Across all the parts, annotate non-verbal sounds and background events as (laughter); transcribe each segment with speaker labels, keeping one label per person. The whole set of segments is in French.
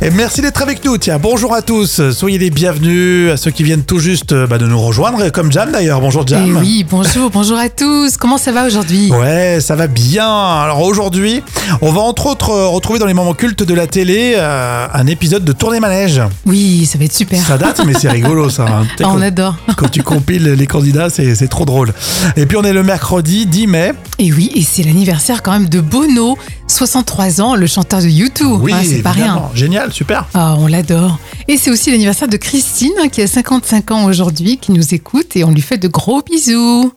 Speaker 1: Et merci d'être avec nous. Tiens, bonjour à tous. Soyez les bienvenus à ceux qui viennent tout juste euh, bah, de nous rejoindre, comme Jam d'ailleurs. Bonjour Jam.
Speaker 2: Eh oui, bonjour, bonjour à tous. Comment ça va aujourd'hui
Speaker 1: Ouais, ça va bien. Alors aujourd'hui, on va entre autres euh, retrouver dans les moments cultes de la télé euh, un épisode de Tournée Manège.
Speaker 2: Oui, ça va être super.
Speaker 1: Ça date, mais c'est rigolo ça.
Speaker 2: (laughs)
Speaker 1: hein. Tu sais,
Speaker 2: Ah, on
Speaker 1: quand-
Speaker 2: adore.
Speaker 1: Quand tu compiles les candidats, c'est c'est trop drôle. Et puis on est le mercredi 10 mai.
Speaker 2: Et Eh oui, et c'est l'anniversaire quand même de Bono, 63 ans, le chanteur de YouTube.
Speaker 1: Oui,
Speaker 2: ah, c'est pas rien.
Speaker 1: évidemment. Génial, super.
Speaker 2: Ah, on l'adore. Et c'est aussi l'anniversaire de Christine, hein, qui a 55 ans aujourd'hui, qui nous écoute et on lui fait de gros bisous.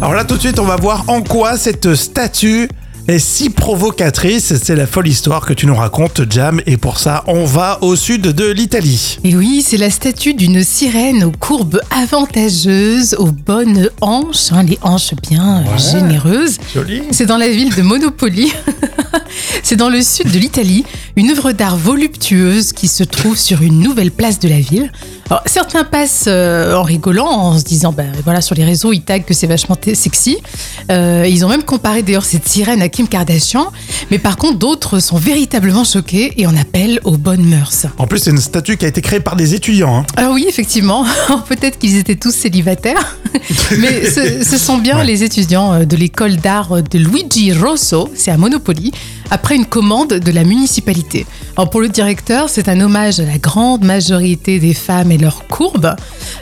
Speaker 1: Alors là, tout de suite, on va voir en quoi cette statue est si provocatrice. C'est la folle histoire que tu nous racontes, Jam. Et pour ça, on va au sud de l'Italie.
Speaker 2: Et oui, c'est la statue d'une sirène aux courbes avantageuses, aux bonnes hanches, hein, les hanches bien euh,
Speaker 1: Ouais.
Speaker 2: généreuses.
Speaker 1: Joli.
Speaker 2: C'est dans la ville de Monopoly. (laughs) C'est dans le sud de l'Italie, une œuvre d'art voluptueuse qui se trouve sur une nouvelle place de la ville. Alors, certains passent euh, en rigolant, en se disant, ben voilà, sur les réseaux, ils taguent que c'est vachement t- sexy. Euh, ils ont même comparé d'ailleurs cette sirène à Kim Kardashian. Mais par contre, d'autres sont véritablement choqués et en appellent aux bonnes mœurs.
Speaker 1: En plus, c'est une statue qui a été créée par des étudiants. hein.
Speaker 2: Alors Ah oui, effectivement, (laughs) peut-être qu'ils étaient tous célibataires, (laughs) mais ce, ce sont bien
Speaker 1: Ouais.
Speaker 2: les étudiants euh, de l'école d'art de Luigi Rosso, c'est à Monopoly, après une commande de la municipalité. Alors pour le directeur, c'est un hommage à la grande majorité des femmes et leurs courbes,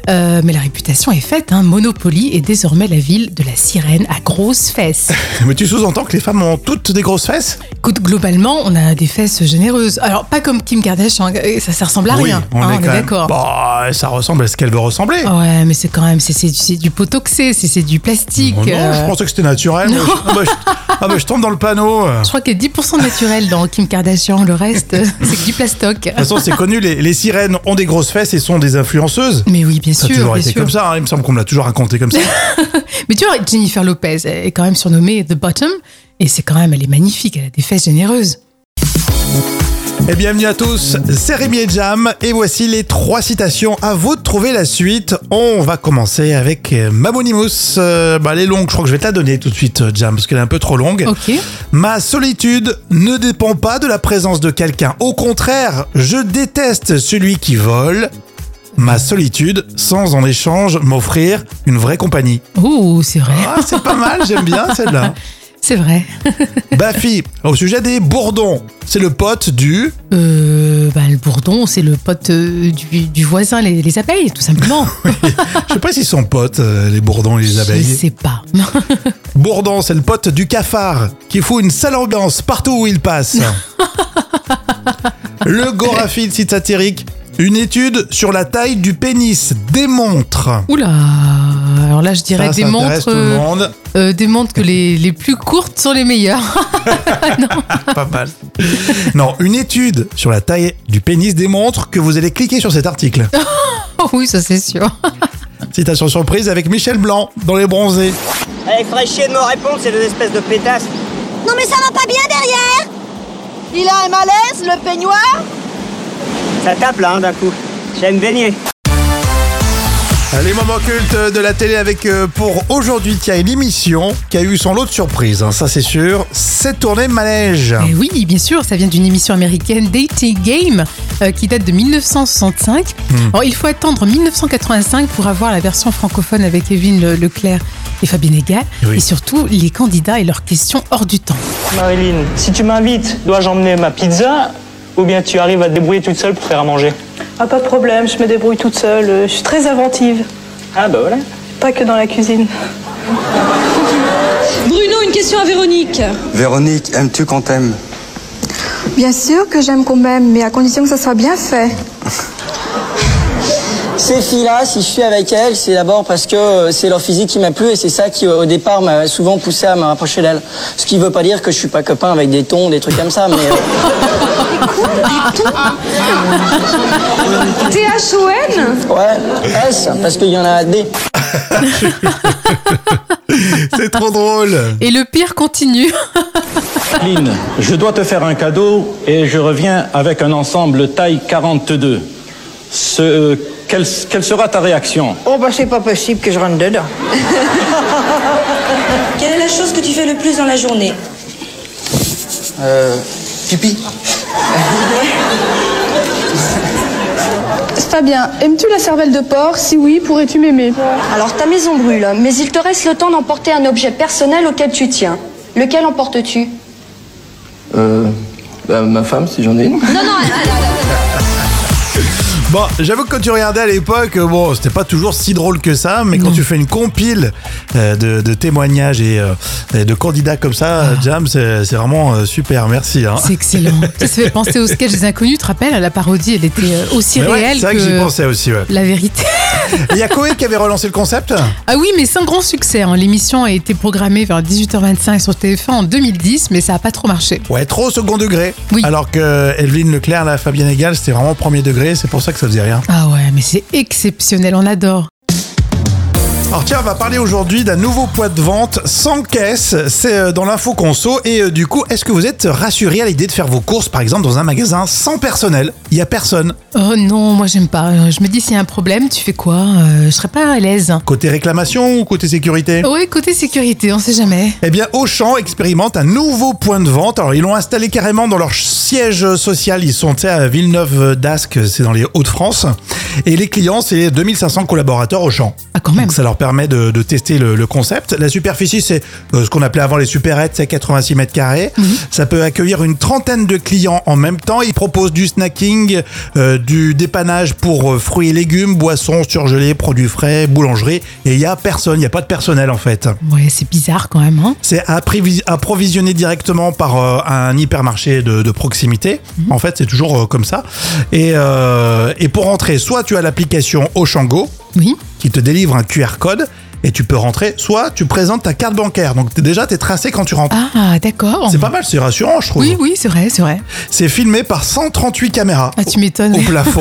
Speaker 2: Euh, mais la réputation est faite, hein. Monopoly est désormais la ville de la sirène à grosses fesses.
Speaker 1: (laughs) Mais tu sous-entends que les femmes ont toutes des grosses fesses
Speaker 2: Écoute, globalement, on a des fesses généreuses. Alors pas comme Kim Kardashian, euh, ça, ça ressemble à rien,
Speaker 1: Oui, on
Speaker 2: hein,
Speaker 1: est,
Speaker 2: on
Speaker 1: quand
Speaker 2: est
Speaker 1: même-
Speaker 2: d'accord. Ah,
Speaker 1: Bah, ça ressemble à ce qu'elle veut ressembler.
Speaker 2: Ouais, mais c'est quand même, c'est- c'est du- c'est du potoxé, c'est c'est du plastique.
Speaker 1: Oh non, je
Speaker 2: euh,
Speaker 1: pensais que c'était naturel.
Speaker 2: Non.
Speaker 1: Ah, bah, je... ah bah, je tombe dans le panneau. De
Speaker 2: je
Speaker 1: toute
Speaker 2: crois qu'il y a 10% de naturel dans Kim Kardashian, le reste, euh, (laughs) c'est que du plastoc.
Speaker 1: façon, c'est connu, les, les sirènes ont des grosses fesses et sont des influenceuses.
Speaker 2: Mais oui, bien
Speaker 1: Ça a
Speaker 2: sûr,
Speaker 1: toujours
Speaker 2: bien
Speaker 1: été
Speaker 2: sûr.
Speaker 1: comme ça, hein. il me semble qu'on me l'a toujours raconté comme ça.
Speaker 2: Mais tu vois, Jennifer Lopez elle est quand même surnommée The Bottom, et c'est quand même, elle est magnifique, elle a des fesses généreuses.
Speaker 1: Et bienvenue à tous, c'est Rémi et Jam, et voici les trois citations. À vous de trouver la suite. On va commencer avec euh, Mamonimus. Euh, bah, elle est longue, je crois que je vais te la donner tout de suite, euh, Jam, parce qu'elle est un peu trop longue.
Speaker 2: Ok.
Speaker 1: Ma solitude ne dépend pas de la présence de quelqu'un. Au contraire, je déteste celui qui vole. Ma solitude, sans en échange m'offrir une vraie compagnie.
Speaker 2: Oh, c'est vrai,
Speaker 1: Ah, c'est pas mal, j'aime bien celle-là.
Speaker 2: c'est vrai.
Speaker 1: Bafi, au sujet des bourdons, c'est le pote du...
Speaker 2: Euh, bah, le bourdon, c'est le pote euh, du, du voisin, les, les abeilles,
Speaker 1: (laughs)
Speaker 2: tout simplement.
Speaker 1: Je sais pas s'ils sont potes, euh, les bourdons et les abeilles.
Speaker 2: Je sais pas.
Speaker 1: Bourdon, c'est le pote du cafard qui fout une sale ambiance partout où il
Speaker 2: (laughs)
Speaker 1: passe. le Gorafil site satirique. Une étude sur la taille du pénis démontre.
Speaker 2: Oula, alors là, je dirais
Speaker 1: Ça, ça
Speaker 2: des
Speaker 1: intéresse
Speaker 2: montres.
Speaker 1: tout le
Speaker 2: euh, (laughs)
Speaker 1: monde.
Speaker 2: euh, démontre que les, les plus courtes sont les meilleures.
Speaker 1: Pas mal. (laughs) Non, une étude sur la taille du pénis démontre que vous allez cliquer sur cet article.
Speaker 2: Oh (laughs) oui, ça c'est sûr.
Speaker 1: Ah Citation surprise avec Michel Blanc dans Les Bronzés.
Speaker 3: Allez, ferait chier de me répondre, ces deux espèces de pétasses.
Speaker 4: Non mais ça va pas bien derrière Il a un malaise, le peignoir
Speaker 3: Ça tape là, hein, d'un coup. J'aime baigner.
Speaker 1: Les moments cultes de la télé avec euh, pour aujourd'hui, tiens, une émission qui a eu son lot de surprises, hein, ça c'est sûr. C'est tourné (laughs) manège.
Speaker 2: Eh oui, bien sûr, ça vient d'une émission américaine Dating Game euh, qui date de 1965.
Speaker 1: Hmm.
Speaker 2: Alors, il faut attendre 1985 pour avoir la version francophone avec Evelyne Le- Leclerc et Fabien Ega
Speaker 1: Oui.
Speaker 2: et surtout les candidats et leurs questions hors du temps.
Speaker 5: Marilyn, si tu m'invites, dois-je emmener ma pizza ou bien tu arrives à te débrouiller toute seule pour faire à manger
Speaker 6: Ah, pas de problème, je me débrouille toute seule. euh, Je suis très inventive,
Speaker 5: Ah bah voilà.
Speaker 6: pas que dans la cuisine.
Speaker 7: Bruno, une question à Véronique.
Speaker 8: Véronique, aimes-tu quand t'aimes
Speaker 9: Bien sûr que j'aime quand même, mais à condition que ça soit bien fait.
Speaker 3: Ces filles-là, si je suis avec elles, c'est d'abord parce que euh, c'est leur physique qui m'a plu et c'est ça qui, euh, au départ, m'a souvent poussé à me rapprocher d'elles. Ce qui veut pas dire que je suis pas copain avec des tons, des trucs comme ça, mais... euh,
Speaker 9: T-H-O-N
Speaker 3: ouais, S, parce qu'il y en a des...
Speaker 1: C'est trop drôle.
Speaker 2: Et le
Speaker 1: (laughs)
Speaker 2: pire continue.
Speaker 10: (laughs) Lynn, je dois te faire un cadeau et je reviens avec un ensemble taille 42. Ce, euh, quelle, quelle sera ta réaction
Speaker 3: Oh bah c'est pas possible que je rentre dedans.
Speaker 7: Quelle est la chose que tu fais le plus dans la journée
Speaker 8: Euh. Pipi
Speaker 7: Fabien, aimes-tu la cervelle de porc Si oui, pourrais-tu m'aimer
Speaker 11: Alors ta maison brûle, mais il te reste le temps d'emporter un objet personnel auquel tu tiens. Lequel emportes-tu
Speaker 12: Euh. bah, ma femme, si j'en ai une.
Speaker 11: Non, non, elle- elle-
Speaker 1: Bon, j'avoue que quand tu regardais à l'époque, euh, bon, c'était pas toujours si drôle que ça, mais quand tu fais une compile euh, de, de témoignages et, euh, et de candidats comme ça, euh, Jam, c'est c'est vraiment euh, super, merci. hein.
Speaker 2: C'est excellent. ça se fait penser au sketch des inconnus, tu te rappelles La parodie, elle était euh, aussi
Speaker 1: Mais ouais,
Speaker 2: réelle
Speaker 1: C'est vrai que, j'y
Speaker 2: que
Speaker 1: pensais aussi, ouais.
Speaker 2: la vérité.
Speaker 1: Et Il y a Koé qui avait relancé le concept
Speaker 2: Ah oui, mais c'est un grand succès. hein. L'émission a été programmée vers 18h25 sur TF1 en 2010, mais ça n'a pas trop marché.
Speaker 1: Ouais, trop au second degré.
Speaker 2: Oui.
Speaker 1: Alors que euh, Evelyne Leclerc, la Fabienne Egal, c'était vraiment premier degré, c'est pour ça que ça faisait rien.
Speaker 2: Ah ouais, mais c'est exceptionnel, on adore.
Speaker 1: Alors tiens, on va parler aujourd'hui d'un nouveau poids de vente sans caisse. C'est euh, dans l'info conso. Et euh, du coup, est-ce que vous êtes rassuré à l'idée de faire vos courses, par exemple, dans un magasin sans personnel Il y a personne.
Speaker 2: Oh non, moi j'aime pas. Euh, Je me dis s'il y a un problème, tu fais quoi Euh, Je serais pas à l'aise.
Speaker 1: Côté réclamation ou côté sécurité
Speaker 2: Oui, côté sécurité, on sait jamais.
Speaker 1: Eh bien, Auchan expérimente un nouveau point de vente. Alors, ils l'ont installé carrément dans leur ch- siège social. Ils sont tu sais, à Villeneuve-d'Ascq, c'est dans les Hauts-de-France. Et les clients, c'est 2500 collaborateurs Auchan.
Speaker 2: Ah quand même.
Speaker 1: Donc, ça leur permet de, de tester le, le concept. La superficie, c'est euh, ce qu'on appelait avant les supérettes, c'est 86 mètres carrés.
Speaker 2: Mhm.
Speaker 1: Ça peut accueillir une trentaine de clients en même temps. Ils proposent du snacking, euh, du dépannage pour euh, fruits et légumes, boissons, surgelés, produits frais, boulangerie. Et il y a personne, il n'y a pas de personnel en fait.
Speaker 2: Ouais, c'est bizarre quand même. Hein.
Speaker 1: C'est approvis- approvisionné directement par euh, un hypermarché de, de proximité.
Speaker 2: Mhm.
Speaker 1: En fait, c'est toujours euh, comme ça. Et, euh, et pour rentrer, soit tu as l'application Auchango
Speaker 2: Oui.
Speaker 1: qui te délivre un QR code et tu peux rentrer, soit tu présentes ta carte bancaire. Donc t'es- déjà, tu es tracé quand tu rentres.
Speaker 2: Ah d'accord.
Speaker 1: C'est pas hein. mal, c'est rassurant, je trouve.
Speaker 2: Oui, oui, c'est vrai, c'est vrai.
Speaker 1: C'est filmé par 138 caméras.
Speaker 2: Ah, tu m'étonnes.
Speaker 1: Au
Speaker 2: (laughs)
Speaker 1: plafond.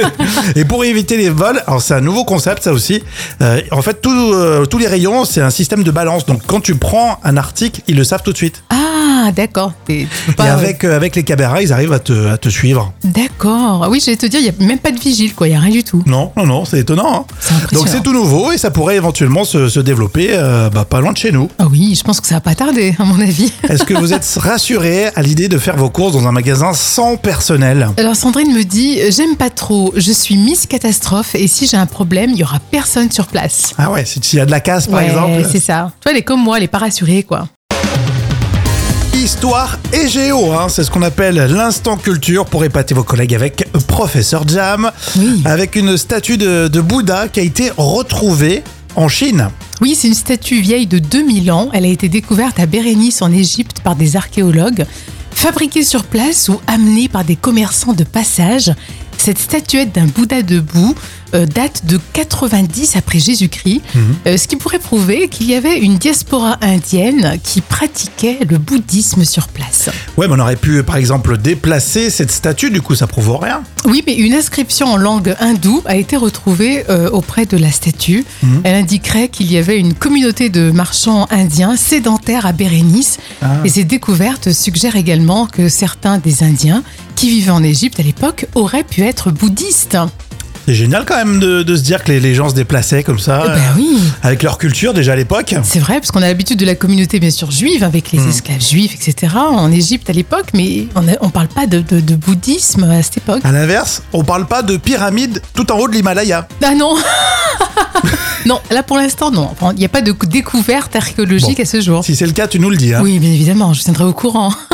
Speaker 1: (laughs) et pour éviter les vols, alors c'est un nouveau concept ça aussi. Euh, en fait, tout, euh, tous les rayons, c'est un système de balance. Donc quand tu prends un article, ils le savent tout de suite.
Speaker 2: Ah d'accord. T'es- tu peux
Speaker 1: Et
Speaker 2: pas-
Speaker 1: avec, euh, avec les caméras, ils arrivent à te, à te suivre.
Speaker 2: D'accord. Ah oui, j'allais te dire, il n'y a même pas de vigile, quoi. Il n'y a rien du tout.
Speaker 1: Non, non, non, c'est étonnant. hein.
Speaker 2: C'est impressionnant.
Speaker 1: Donc c'est tout nouveau et ça pourrait éventuellement se, se développer euh, bah, pas loin de chez (laughs) nous.
Speaker 2: Ah oui, je pense que ça va pas tarder, à mon avis. (laughs)
Speaker 1: Est-ce que vous êtes rassuré à l'idée de faire vos courses dans un magasin sans personnel
Speaker 2: Alors Sandrine me dit, j'aime pas trop, je suis Miss Catastrophe et si j'ai un problème, il y aura personne sur place.
Speaker 1: Ah ouais, si- s'il y a de la casse par
Speaker 2: ouais,
Speaker 1: exemple.
Speaker 2: c'est ça. Toi, elle est comme moi, elle est pas rassurée, quoi.
Speaker 1: Histoire et géo, hein, c'est ce qu'on appelle l'instant culture pour épater vos collègues avec Professeur Jam,
Speaker 2: Oui.
Speaker 1: avec une statue de, de Bouddha qui a été retrouvée en Chine.
Speaker 2: Oui, c'est une statue vieille de 2000 ans. Elle a été découverte à Bérénice en Égypte par des archéologues. Fabriquée sur place ou amenée par des commerçants de passage, cette statuette d'un Bouddha debout euh, date de 90 après Jésus-Christ,
Speaker 1: Mhm.
Speaker 2: euh, ce qui pourrait prouver qu'il y avait une diaspora indienne qui pratiquait le bouddhisme sur place.
Speaker 1: Ouais, mais on aurait pu par exemple déplacer cette statue, du coup ça prouve rien.
Speaker 2: Oui, mais une inscription en langue hindoue a été retrouvée euh, auprès de la statue. Elle indiquerait qu'il y avait une communauté de marchands indiens sédentaires à Bérénice. Et ces découvertes suggèrent également que certains des Indiens qui vivaient en Égypte à l'époque auraient pu être bouddhistes.
Speaker 1: C'est génial quand même de, de se dire que les, les gens se déplaçaient comme ça,
Speaker 2: Eh ben
Speaker 1: euh,
Speaker 2: oui.
Speaker 1: avec leur culture déjà à l'époque.
Speaker 2: C'est vrai, parce qu'on a l'habitude de la communauté, bien sûr, juive, avec les esclaves juifs, etc., en Égypte à l'époque, mais on ne parle pas de, de- de bouddhisme à cette époque.
Speaker 1: À l'inverse, on parle pas de pyramide tout en haut de l'Himalaya.
Speaker 2: Ah non (laughs) Non, là pour l'instant, non. Enfin, Il n'y a pas de cou- découverte archéologique
Speaker 1: Bon.
Speaker 2: à ce jour.
Speaker 1: Si c'est le cas, tu nous le dis. hein.
Speaker 2: Oui, bien évidemment, je tiendrai au courant. (laughs)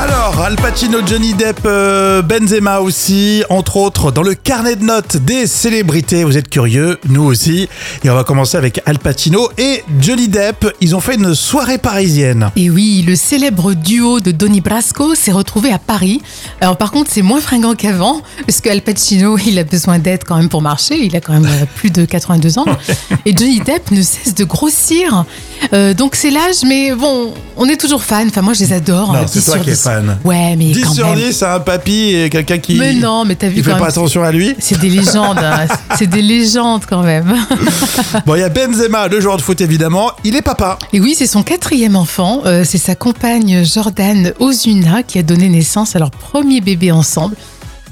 Speaker 1: Alors, Al Pacino, Johnny Depp, euh, Benzema aussi, entre autres, dans le carnet de notes des célébrités. Vous êtes curieux, nous aussi. Et on va commencer avec Al Pacino et Johnny Depp. Ils ont fait une soirée parisienne.
Speaker 2: Et oui, le célèbre duo de Donnie Brasco s'est retrouvé à Paris. Alors par contre, c'est moins fringant qu'avant, parce qu'Al Pacino, (laughs) il a besoin d'aide quand même pour marcher. Il a quand même euh, plus
Speaker 1: (laughs)
Speaker 2: de 82 ans. Et Johnny Depp ne cesse de grossir. Euh, donc c'est l'âge, mais bon, on est toujours fan. Enfin, moi, je les adore.
Speaker 1: Non,
Speaker 2: Euh,
Speaker 1: c'est
Speaker 2: 10
Speaker 1: toi
Speaker 2: sur
Speaker 1: qui es
Speaker 2: 10.
Speaker 1: fan.
Speaker 2: Ouais, mais
Speaker 1: 10
Speaker 2: quand
Speaker 1: sur
Speaker 2: même.
Speaker 1: 10 à un papy et quelqu'un qui
Speaker 2: Mais non, mais t'as vu
Speaker 1: qui fait
Speaker 2: quand
Speaker 1: pas
Speaker 2: même.
Speaker 1: attention à
Speaker 2: (laughs)
Speaker 1: lui.
Speaker 2: C'est des légendes, hein. c'est des légendes quand même.
Speaker 1: Bon, il y a Benzema, le joueur de foot évidemment. Il est papa.
Speaker 2: Et oui, c'est son quatrième enfant. Euh, c'est sa compagne Jordan Ozuna qui a donné naissance à leur premier bébé ensemble.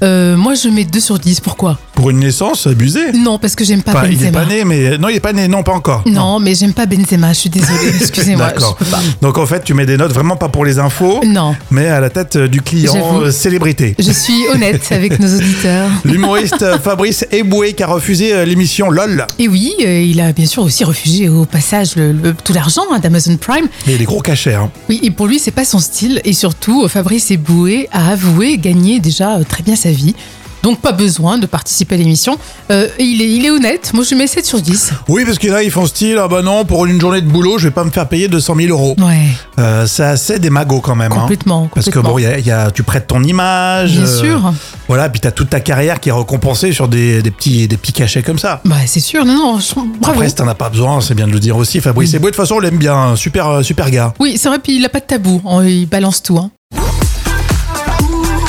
Speaker 2: Euh, moi, je mets 2 sur 10. Pourquoi
Speaker 1: Pour une naissance abusée
Speaker 2: Non, parce que j'aime pas
Speaker 1: Enfin, il n'est
Speaker 2: Benzema.
Speaker 1: pas né, mais. euh, Non, il n'est pas né, non, pas encore.
Speaker 2: non, mais j'aime pas Benzema, je suis
Speaker 1: (laughs)
Speaker 2: désolée, excusez-moi.
Speaker 1: D'accord.
Speaker 2: je peux pas.
Speaker 1: Donc en fait, tu mets des notes vraiment pas pour les infos,
Speaker 2: Non.
Speaker 1: mais à la tête euh, du client
Speaker 2: J'avoue.
Speaker 1: euh, célébrité.
Speaker 2: Je suis honnête avec nos auditeurs.
Speaker 1: L'humoriste
Speaker 2: (laughs)
Speaker 1: euh, Fabrice Eboué qui a refusé euh, l'émission LOL.
Speaker 2: Et oui, euh, il a bien sûr aussi refusé au passage le- le- tout l'argent hein, d'Amazon Prime.
Speaker 1: Mais il est gros cachet. hein.
Speaker 2: Oui, et pour lui, c'est pas son style. Et surtout, euh, Fabrice Eboué a avoué gagner déjà euh, très bien sa vie. Donc, pas besoin de participer à l'émission. Euh, et il, est, il est honnête. Moi, je lui mets 7 sur 10.
Speaker 1: Oui, parce que là, ils font style, ah bah non, pour une journée de boulot, je vais pas me faire payer 200 000 euros.
Speaker 2: Ouais,
Speaker 1: Euh, c'est assez des magots quand même. hein.
Speaker 2: complètement.
Speaker 1: Parce que
Speaker 2: complètement.
Speaker 1: bon, il y a- il y a- tu prêtes ton image.
Speaker 2: Bien
Speaker 1: euh,
Speaker 2: sûr.
Speaker 1: Voilà, puis t'as toute ta carrière qui est récompensée sur des, des petits, des petits cachets comme ça.
Speaker 2: Bah, c'est sûr. Non, non, je- bravo. Mm.
Speaker 1: Après, si t'en as pas besoin, c'est bien de le dire aussi. Fabrice Eboué, de toute façon, on l'aime bien. Super, euh, super gars.
Speaker 2: Oui, c'est vrai, puis il a pas de tabou. On- Il balance tout. hein.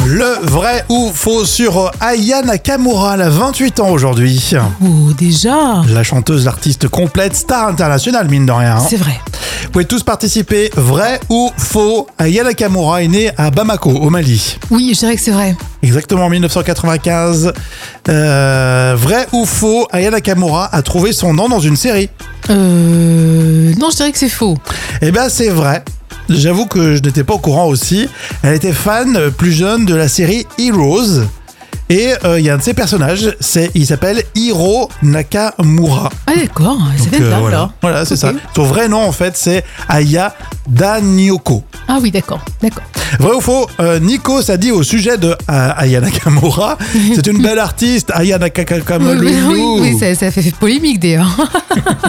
Speaker 1: Le vrai ou faux sur euh, Aya Nakamura, elle a 28 ans aujourd'hui.
Speaker 2: Oh, déjà.
Speaker 1: La chanteuse, l'artiste complète, star internationale, mine de rien. hein.
Speaker 2: C'est vrai.
Speaker 1: Vous pouvez tous participer, vrai ou faux. Aya Nakamura est née à Bamako, au Mali.
Speaker 2: Oui, je dirais que c'est vrai.
Speaker 1: Exactement en 1995. Euh, vrai ou faux, Aya Nakamura a trouvé son nom dans une série.
Speaker 2: Euh, non, je dirais que c'est faux.
Speaker 1: Eh ben, c'est vrai. J'avoue que je n'étais pas au courant aussi. Elle était fan euh, plus jeune de la série Heroes. Et euh, il y a un de ses personnages, c'est, il s'appelle Hiro Nakamura.
Speaker 2: Ah, d'accord. C'est bien
Speaker 1: Donc, euh,
Speaker 2: de là,
Speaker 1: voilà,
Speaker 2: alors.
Speaker 1: Voilà, c'est
Speaker 2: Ok.
Speaker 1: ça. Son vrai nom, en fait, c'est Aya Danyoko.
Speaker 2: Ah, oui, d'accord. D'accord.
Speaker 1: Vrai ou faux euh, Nico, ça dit au sujet de euh, Aya
Speaker 2: (laughs)
Speaker 1: Nakamura. C'est une belle artiste, Aya Nakamura.
Speaker 2: Oui, oui, oui, ça, ça fait polémique d'ailleurs.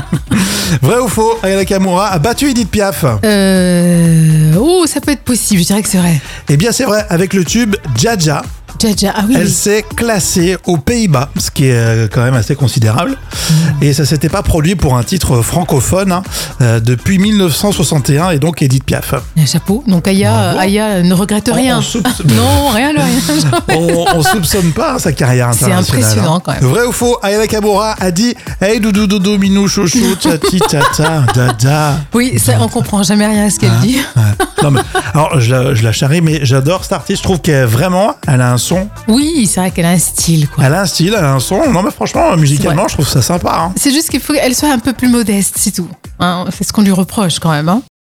Speaker 2: (laughs)
Speaker 1: Vrai ou faux Aya Nakamura a battu Edith Piaf.
Speaker 2: Euh... Oh, ça peut être possible, je dirais que c'est vrai.
Speaker 1: Eh bien, c'est vrai, avec le tube Jaja.
Speaker 2: Jaja, ah oui. (clears throat)
Speaker 1: Elle s'est classée aux Pays-Bas, ce qui est euh, quand même assez considérable.
Speaker 2: Mm.
Speaker 1: Et ça s'était pas produit pour un titre francophone hein, euh, depuis 1961 et donc Edith Piaf.
Speaker 2: Un chapeau. Donc Aya, euh,
Speaker 1: Bravo.
Speaker 2: Aya ne regrette
Speaker 1: On-
Speaker 2: rien.
Speaker 1: on soupçonne-
Speaker 2: non, rien, le
Speaker 1: (laughs)
Speaker 2: rien.
Speaker 1: On, on soupçonne pas hein, sa carrière
Speaker 2: C'est
Speaker 1: internationale.
Speaker 2: impressionnant,
Speaker 1: hein.
Speaker 2: quand même.
Speaker 1: Vrai ou faux Aya Nakamura a dit Hey doudou doudou minou
Speaker 2: (laughs)
Speaker 1: chouchou tchati tchata dada.
Speaker 2: Oui, ça, on comprend jamais rien à ce
Speaker 1: Ah.
Speaker 2: qu'elle dit.
Speaker 1: Non mais alors je la, je la charrie mais j'adore cette artiste. Je trouve qu'elle vraiment elle a un son,
Speaker 2: Oui, c'est vrai qu'elle a un style, quoi.
Speaker 1: elle a un style, elle a un son. Non mais franchement musicalement
Speaker 2: Ouais.
Speaker 1: je trouve ça sympa. hein.
Speaker 2: C'est juste qu'il faut qu'elle soit un peu plus modeste, c'est tout. Hein, c'est ce qu'on lui reproche quand même. hein.